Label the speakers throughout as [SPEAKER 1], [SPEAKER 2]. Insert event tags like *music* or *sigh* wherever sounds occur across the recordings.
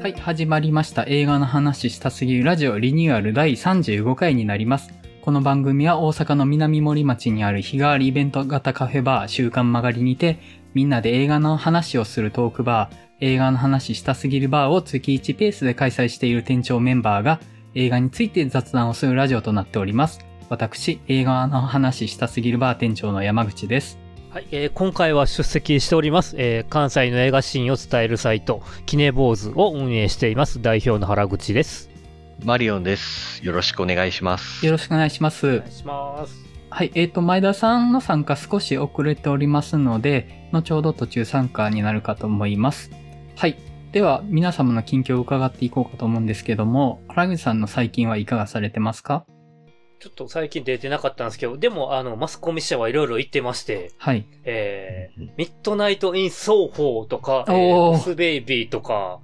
[SPEAKER 1] はい、始まりました。映画の話したすぎるラジオリニューアル第35回になります。この番組は大阪の南森町にある日替わりイベント型カフェバー週刊曲がりにて、みんなで映画の話をするトークバー、映画の話したすぎるバーを月1ペースで開催している店長メンバーが映画について雑談をするラジオとなっております。私、映画の話したすぎるバー店長の山口です。
[SPEAKER 2] はい、えー今回は出席しております、えー関西の映画シーンを伝えるサイト、キネ坊主を運営しています、代表の原口です。
[SPEAKER 3] マリオンです。よろしくお願いします。
[SPEAKER 1] よろしくお願いします。
[SPEAKER 2] します。
[SPEAKER 1] はい、えっ、と、前田さんの参加少し遅れておりますので、後ほど途中参加になるかと思います。はい。では、皆様の近況を伺っていこうかと思うんですけども、原口さんの最近はいかがされてますか
[SPEAKER 2] ちょっと最近出てなかったんですけど、でも、あの、マスコミ社はいろいろ行ってまして、
[SPEAKER 1] はい。
[SPEAKER 2] えーミッドナイト・イン・奏法とか、えー
[SPEAKER 1] おー
[SPEAKER 2] ボス・ベイビーとか、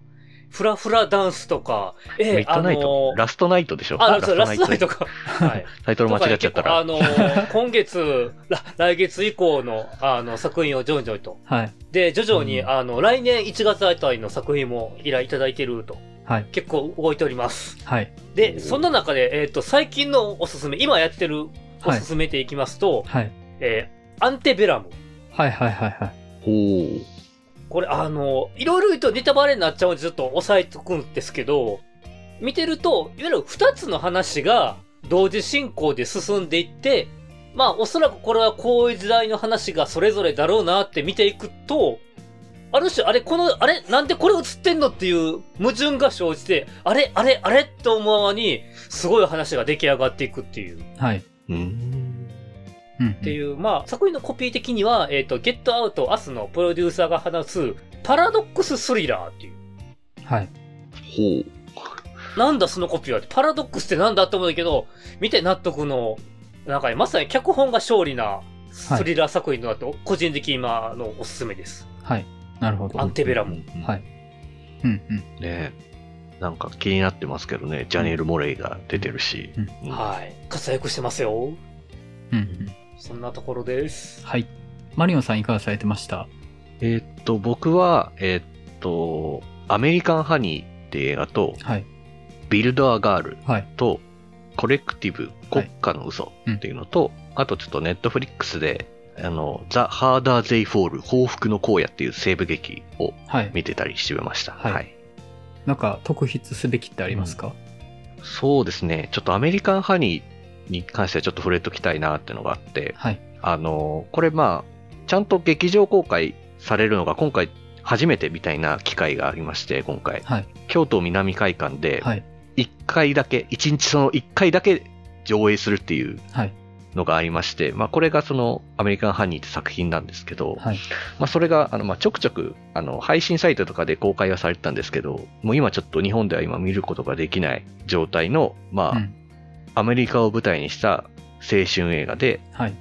[SPEAKER 2] フラフラダンスとか、えー
[SPEAKER 3] ミッドナイト、
[SPEAKER 2] あのー
[SPEAKER 3] ラストナイトでしょ
[SPEAKER 2] あ、そうラストナイト
[SPEAKER 3] ト。
[SPEAKER 2] か。はい。
[SPEAKER 3] タイトル間違っちゃったら。
[SPEAKER 2] あのー今月、 *laughs* ら来月以降の、あの、作品をジョンジョンと。
[SPEAKER 1] はい。
[SPEAKER 2] で、徐々に、
[SPEAKER 3] うん
[SPEAKER 2] あの、来年1月あたりの作品も依頼いただいてると。
[SPEAKER 1] はい。
[SPEAKER 2] 結構動いております。
[SPEAKER 1] はい。
[SPEAKER 2] で、そんな中で、えっ、と、最近のおすすめ、今やってるお
[SPEAKER 1] はい
[SPEAKER 2] す。すめでいきますと、
[SPEAKER 1] はい。
[SPEAKER 2] えーアンテベラム。
[SPEAKER 1] はい。はい。はい。はい。
[SPEAKER 3] おー
[SPEAKER 2] これ、あの、いろいろ言うとネタバレになっちゃうんで、ちょっと押さえとくんですけど、見てると、いわゆる二つの話が同時進行で進んでいって、まあ、おそらくこれはこういう時代の話がそれぞれだろうなって見ていくと、ある種、あれ、この、あれ、なんでこれ映ってんのっていう矛盾が生じて、あれ、あれ、あれって思うままに、すごい話が出来上がっていくっていう。
[SPEAKER 1] はい。
[SPEAKER 3] うん。
[SPEAKER 1] うん。
[SPEAKER 2] っていう、まあ、作品のコピー的には、えっ、と、ゲットアウト、アスのプロデューサーが放つ、パラドックススリラーっていう。
[SPEAKER 1] はい。
[SPEAKER 3] ほう。
[SPEAKER 2] なんだそのコピーはって、パラドックスってなんだって思うんだけど、見て納得の、なんかね、まさに脚本が勝利なスリラー作品となって、個人的に今のおすすめです。
[SPEAKER 1] はい。なるほど。
[SPEAKER 2] アンテベラム。
[SPEAKER 3] うん
[SPEAKER 1] はい。うん。うん。
[SPEAKER 3] ねえなんか気になってますけどね、ジャネール・モレイが出てるし。うん
[SPEAKER 2] はい。活躍してますよ。
[SPEAKER 1] うん。うん。
[SPEAKER 2] そんなところです。
[SPEAKER 1] はい。マリオンさんいかがされてました
[SPEAKER 3] えーっと、僕は、えーっと、アメリカン・ハニーって映画と、
[SPEAKER 1] はい。
[SPEAKER 3] ビルド・ア・ガール
[SPEAKER 1] はい。
[SPEAKER 3] と、コレクティブ国家の嘘っていうのと、あとちょっとネットフリックスで、あの、ザ・ハーダー・ゼイ・フォール、報復の荒野っていう西部劇を
[SPEAKER 1] はい。
[SPEAKER 3] 見てたりしてました。
[SPEAKER 1] はい
[SPEAKER 3] はい。
[SPEAKER 1] なんか、特筆すべきってありますか、
[SPEAKER 3] そうですね。ちょっとアメリカン・ハニーに関してはちょっと触れときたいなっていうのがあって、
[SPEAKER 1] はい。
[SPEAKER 3] あの、これまあ、ちゃんと劇場公開されるのが今回初めてみたいな機会がありまして、今回、
[SPEAKER 1] はい。
[SPEAKER 3] 京都南会館で
[SPEAKER 1] はい。
[SPEAKER 3] 1回だけ、1日その1回だけ上映するっていう
[SPEAKER 1] はい。
[SPEAKER 3] のがありまして、まあ、これがそのアメリカンハニーって作品なんですけど、
[SPEAKER 1] はい。
[SPEAKER 3] まあ、それがあのまあちょくちょくあの配信サイトとかで公開はされてたんですけど、もう今ちょっと日本では今見ることができない状態の、まあ、
[SPEAKER 1] うん。
[SPEAKER 3] アメリカを舞台にした青春映画で、
[SPEAKER 1] はい。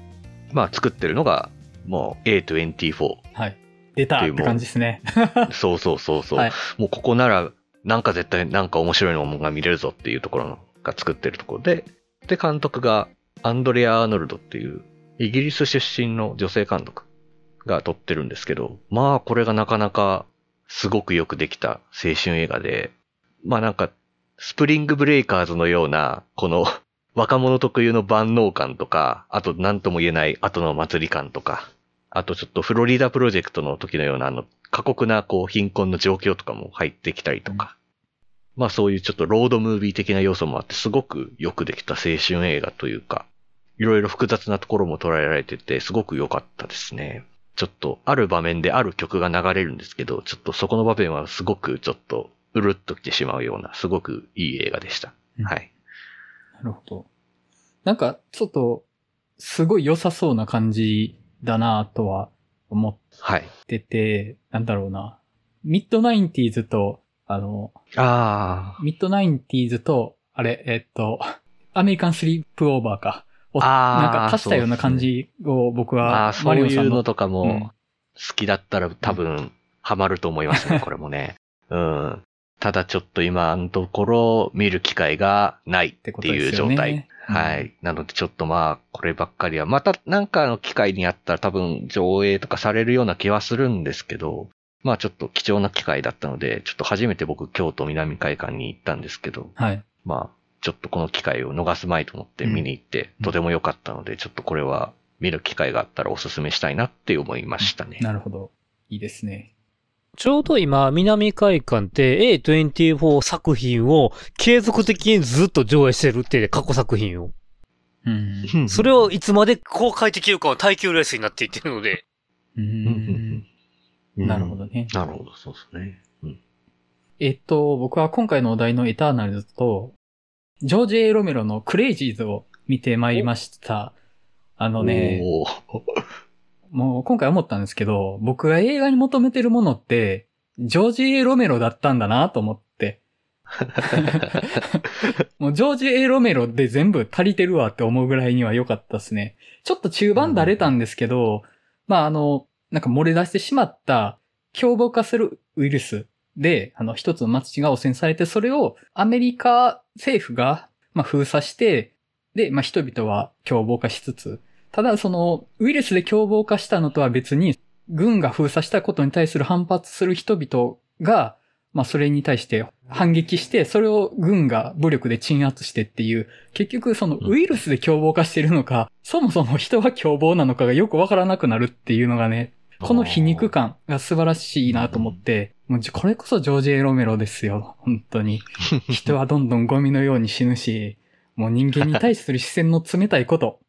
[SPEAKER 3] まあ、作ってるのが、もう A24。
[SPEAKER 1] はい。出た
[SPEAKER 3] ってい
[SPEAKER 1] っ
[SPEAKER 3] う
[SPEAKER 1] て感じですね。
[SPEAKER 3] *laughs* そうそうそうそう。
[SPEAKER 1] はい
[SPEAKER 3] もうここなら、なんか絶対なんか面白いのが見れるぞっていうところが作ってるところで、で、監督がアンドレア・アーノルドっていうイギリス出身の女性監督が撮ってるんですけど、まあこれがなかなかすごくよくできた青春映画で、まあなんかスプリングブレイカーズのような、この *laughs* 若者特有の万能感とか、あと何とも言えない後の祭り感とか、あとちょっとフロリダプロジェクトの時のようなあの過酷なこう貧困の状況とかも入ってきたりとか、まあそういうちょっとロードムービー的な要素もあってすごくよくできた青春映画というか、いろいろ複雑なところも捉えられててすごく良かったですね。ちょっとある場面である曲が流れるんですけど、ちょっとそこの場面はすごくちょっとうるっときてしまうようなすごくいい映画でした。
[SPEAKER 1] うん
[SPEAKER 3] はい。
[SPEAKER 1] なるほど。なんか、ちょっと、すごい良さそうな感じだなとは思っ
[SPEAKER 3] はい。
[SPEAKER 1] てて、なんだろうな。ミッドナインティーズと、あの、
[SPEAKER 3] あ
[SPEAKER 1] ミッドナインティーズと、あれ、えっと、アメリカンスリープオーバーか。を
[SPEAKER 3] あー
[SPEAKER 1] なんか足したような感じを僕
[SPEAKER 3] あ。ま
[SPEAKER 1] は
[SPEAKER 3] あ、、そ
[SPEAKER 1] マ
[SPEAKER 3] う
[SPEAKER 1] リオ
[SPEAKER 3] い
[SPEAKER 1] さ
[SPEAKER 3] うんの
[SPEAKER 1] の、
[SPEAKER 3] とか
[SPEAKER 1] う
[SPEAKER 3] も
[SPEAKER 1] ん
[SPEAKER 3] 好きだったら多分ハマると思
[SPEAKER 1] *laughs*
[SPEAKER 3] いますね、これもね。うん。ただちょっと今のところ見る機会がないって
[SPEAKER 1] ことで
[SPEAKER 3] いう
[SPEAKER 1] すよ
[SPEAKER 3] 状
[SPEAKER 1] ね
[SPEAKER 3] 態。はい。なのでちょっとまあ、こればっかりは、またなんかの機会にあったら多分上映とかされるような気はするんですけど、まあちょっと貴重な機会だったので、ちょっと初めて僕京都南会館に行ったんですけど、
[SPEAKER 1] はい。
[SPEAKER 3] まあちょっとこの機会を逃すまいと思って見に行って、
[SPEAKER 1] うん
[SPEAKER 3] とても良かったので、ちょっとこれは見る機会があったらおすすめしたいなって思いましたね。
[SPEAKER 1] なるほど。いいですね。
[SPEAKER 2] ちょうど今、南海館って A24 作品を継続的にずっと上映してるって、過去作品を。
[SPEAKER 3] *laughs*
[SPEAKER 1] うん。
[SPEAKER 3] うん
[SPEAKER 2] それをいつまで公開できるかの耐久レースになっていってるので、
[SPEAKER 1] う
[SPEAKER 3] うんん。うん
[SPEAKER 1] なるほ。どね。
[SPEAKER 3] なるほど、そうですね。うん。
[SPEAKER 1] えっと、僕は今回のお題のエターナルズと、ジョージ・エロメロのクレイジーズを見てまいりました。あのね、
[SPEAKER 3] おー
[SPEAKER 1] もう今回思ったんですけど、僕が映画に求めてるものって、ジョージ・エロメロだったんだなと思って。もうジョージ・エロメロで全部足りてるわって思うぐらいには良かったですね。ちょっと中盤だれたんですけど、まああの、なんか漏れ出してしまった凶暴化するウイルスで、あの一つの町が汚染されて、それをアメリカ政府が、まあ、封鎖して、で、まあ、人々は凶暴化しつつ、ただそのウイルスで凶暴化したのとは別に、軍が封鎖したことに対する反発する人々が、まあそれに対して反撃して、それを軍が武力で鎮圧してっていう、結局そのウイルスで凶暴化してるのか、そもそも人は凶暴なのかがよくわからなくなるっていうのがね、この皮肉感が素晴らしいなと思って、もうじこれこそジョージ・エロメロですよ、本当
[SPEAKER 3] *laughs*
[SPEAKER 1] に。人はどんどんゴミのように死ぬし、もう人間に対する視線の冷たい
[SPEAKER 3] *laughs*
[SPEAKER 1] こと。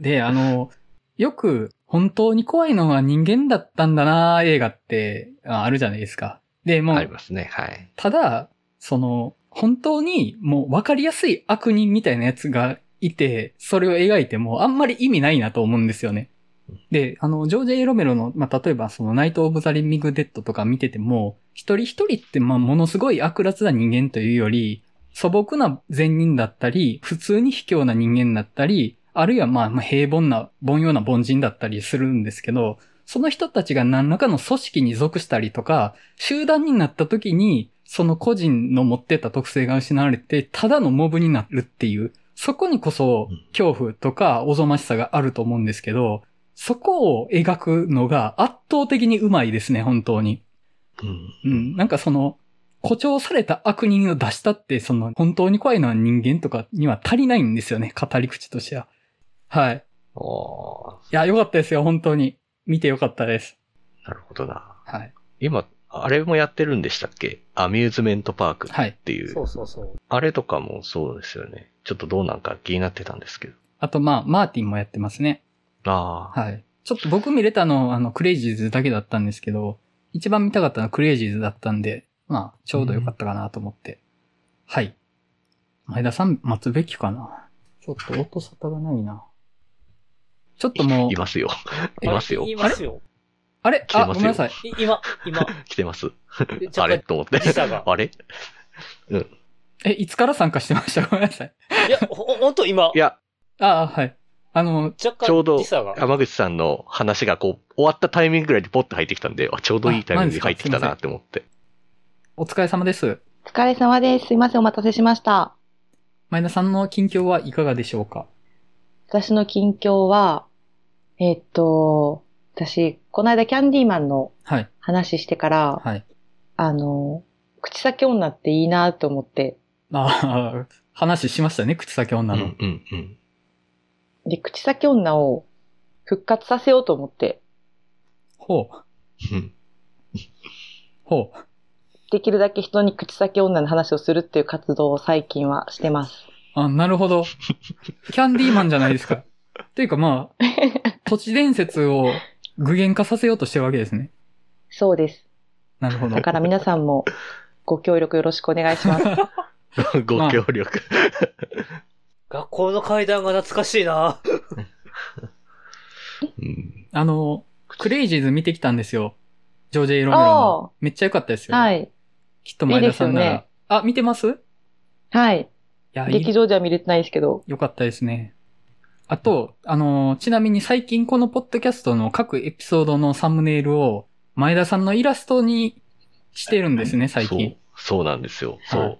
[SPEAKER 1] で、あの、よく本当に怖いのは人間だったんだな映画ってああるじゃないですか。で、も
[SPEAKER 3] あり
[SPEAKER 1] う、
[SPEAKER 3] ますね、はい。
[SPEAKER 1] ただ、その、本当にもう分かりやすい悪人みたいなやつがいて、それを描いてもあんまり意味ないなと思うんですよね。で、あの、ジョージ・エロメロの、まあ、例えばその、ナイト・オブ・ザ・リミング・デッドとか見てても、一人一人って、まあ、ものすごい悪辣な人間というより、素朴な善人だったり、普通に卑怯な人間だったり、あるいはまあ、まあ平凡な、凡庸な凡人だったりするんですけど、その人たちが何らかの組織に属したりとか、集団になった時に、その個人の持ってた特性が失われて、ただのモブになるっていう、そこにこそ
[SPEAKER 3] うん
[SPEAKER 1] 恐怖とかおぞましさがあると思うんですけど、そこを描くのが圧倒的にうまいですね、本当に。
[SPEAKER 3] うん
[SPEAKER 1] うん、なんかその、誇張された悪人を出したって、その、本当に怖いのは人間とかには足りないんですよね、語り口としては。はい。
[SPEAKER 3] おー
[SPEAKER 1] いや、良かったですよ、本当に。見て良かったです。
[SPEAKER 3] なるほどな。
[SPEAKER 1] はい。
[SPEAKER 3] 今、あれもやってるんでしたっけアミューズメントパーク
[SPEAKER 1] はい
[SPEAKER 3] っていう。
[SPEAKER 2] そうそうそう。
[SPEAKER 3] あれとかもそうですよね。ちょっとどうなんか気になってたんですけど。
[SPEAKER 1] あと、まあ、マーティンもやってますね。
[SPEAKER 3] ああ。
[SPEAKER 1] はい。ちょっと僕見れたの、あの、クレイジーズだけだったんですけど、一番見たかったのはクレイジーズだったんで、まあ、ちょうど良かったかなと思って。はい。前田さん待つべきかな。ちょっと音沙汰がないな。ちょっともう
[SPEAKER 3] い、ますよ。いますよ
[SPEAKER 2] い。ますよ。
[SPEAKER 1] あれ
[SPEAKER 3] 来て
[SPEAKER 1] あ、
[SPEAKER 3] ます
[SPEAKER 1] ご
[SPEAKER 3] よ
[SPEAKER 1] めんなさい。
[SPEAKER 2] い今、
[SPEAKER 3] *laughs*
[SPEAKER 2] 今、
[SPEAKER 3] 来てます。
[SPEAKER 2] でちょ
[SPEAKER 3] あ
[SPEAKER 2] っと
[SPEAKER 3] れと思って
[SPEAKER 2] 時差が。
[SPEAKER 3] あれ
[SPEAKER 1] え、いつから参加してました *laughs* ごめんなさい。
[SPEAKER 2] いや、ほほんと今
[SPEAKER 3] い、や、
[SPEAKER 1] ああ、はい。あの、
[SPEAKER 2] 若
[SPEAKER 3] ちょう
[SPEAKER 2] 干
[SPEAKER 3] ど
[SPEAKER 2] 時差が。
[SPEAKER 3] 山口さんの話がこう、終わったタイミングぐらいでポッと入ってきたんで、あちょうどいいタイミングで入ってきたなって思って。
[SPEAKER 1] お疲れ様です。
[SPEAKER 4] お疲れ様です。すいません、お待たせしました。
[SPEAKER 1] 前田さんの近況はいかがでしょうか
[SPEAKER 4] 私の近況は、えっと、私、この間キャンディーマンの
[SPEAKER 1] はい。
[SPEAKER 4] 話してから、
[SPEAKER 1] はい。
[SPEAKER 4] あの、口先女っていいなと思って、
[SPEAKER 1] ああ、 *laughs* 話しましたね、口先
[SPEAKER 3] う
[SPEAKER 1] 女
[SPEAKER 3] ん
[SPEAKER 1] の。
[SPEAKER 3] うんうん。
[SPEAKER 4] で、口先女を復活させようと思って、
[SPEAKER 1] ほう、
[SPEAKER 3] うん
[SPEAKER 1] ほう。
[SPEAKER 4] できるだけ人に口先女の話をするっていう活動を最近はしてます。
[SPEAKER 1] あ、なるほど。キャンディーマンじゃないです
[SPEAKER 4] *laughs*
[SPEAKER 1] か。というかまあ、都市伝説を具現化させようとしてるわけですね。
[SPEAKER 4] そうです。
[SPEAKER 1] なるほど
[SPEAKER 4] だ。から皆さんもご協力よろしくお願い
[SPEAKER 1] *laughs*
[SPEAKER 4] します。
[SPEAKER 3] ご協力。
[SPEAKER 2] 学校の階段が懐かしいな。
[SPEAKER 3] うん
[SPEAKER 1] あの、クレイジーズ見てきたんですよ。ジョージ・エロメロ
[SPEAKER 4] おー
[SPEAKER 1] の。めっちゃ良かったですよ。
[SPEAKER 4] はい。
[SPEAKER 1] きっと前田さんなら。
[SPEAKER 4] いいですよ
[SPEAKER 1] あ、見てますい
[SPEAKER 4] はい。
[SPEAKER 1] や、いい
[SPEAKER 4] 劇場では見れてないですけど。
[SPEAKER 1] よかったですね。あと、あのーちなみに最近このポッドキャストの各エ *laughs* ピソードのサムネイルを前田さんのイラストにしてるんですね、最近。
[SPEAKER 3] そうなんですよ。そう。
[SPEAKER 1] はい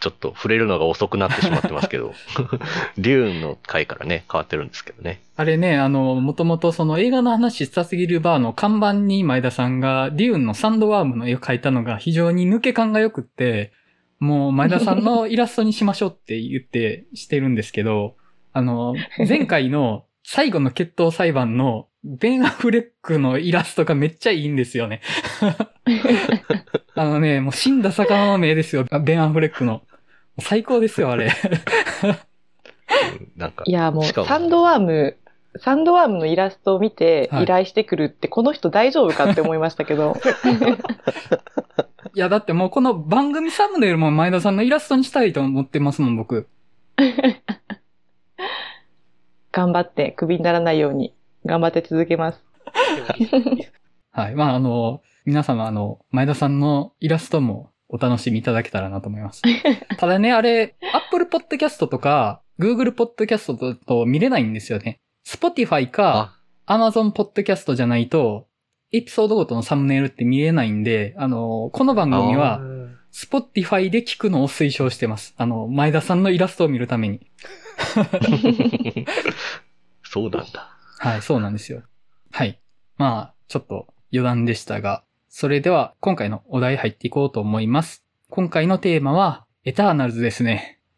[SPEAKER 3] ちょっと触れるのが遅くなってしまってますけど、 *laughs* デューンの回からね、変わってるんですけどね。
[SPEAKER 1] あれね、あの、もともとその映画の話したすぎるバーの看板に前田さんがデューンのサンドワームの絵を描いたのが非常に抜け感が良くって、もう前田さんのイラストにしましょうって言ってしてるんですけど、あの、前回の最後の決闘裁判のベン・アフレックのイラストがめっちゃいいんですよね。あのね、もう死んだ魚の目ですよ、ベン・アフレックの。最高ですよ、あれ。
[SPEAKER 3] うんなんか、
[SPEAKER 4] いや、もう、
[SPEAKER 3] しかも
[SPEAKER 4] サンドワーム、サンドワームのイラストを見て
[SPEAKER 1] はい
[SPEAKER 4] 依頼してくるって、この人大丈夫かって思いました
[SPEAKER 3] *laughs*
[SPEAKER 4] けど。
[SPEAKER 1] いや、だってもうこの番組サムネイルも前田さんのイラストにしたいと思ってますもん、僕。
[SPEAKER 4] 頑張って、クビにならないように、頑張って続けます。
[SPEAKER 1] はい。まあ、あの、皆様、あの、前田さんのイラストもお楽しみいただけたらなと思います。ただね、あれ、Apple Podcast とか、Google Podcast だと見れないんですよね。Spotify か、
[SPEAKER 3] あ、
[SPEAKER 1] Amazon Podcast じゃないと、エピソードごとのサムネイルって見れないんで、あの、この番組
[SPEAKER 3] あ
[SPEAKER 1] は、Spotify で聞くのを推奨してます。あの、前田さんのイラストを見るために。
[SPEAKER 3] そうなんだ。
[SPEAKER 1] はい、そうなんですよ。はい。まあ、ちょっと余談でしたが、それでは今回のお題入っていこうと思います。今回のテーマは、エターナルズですね。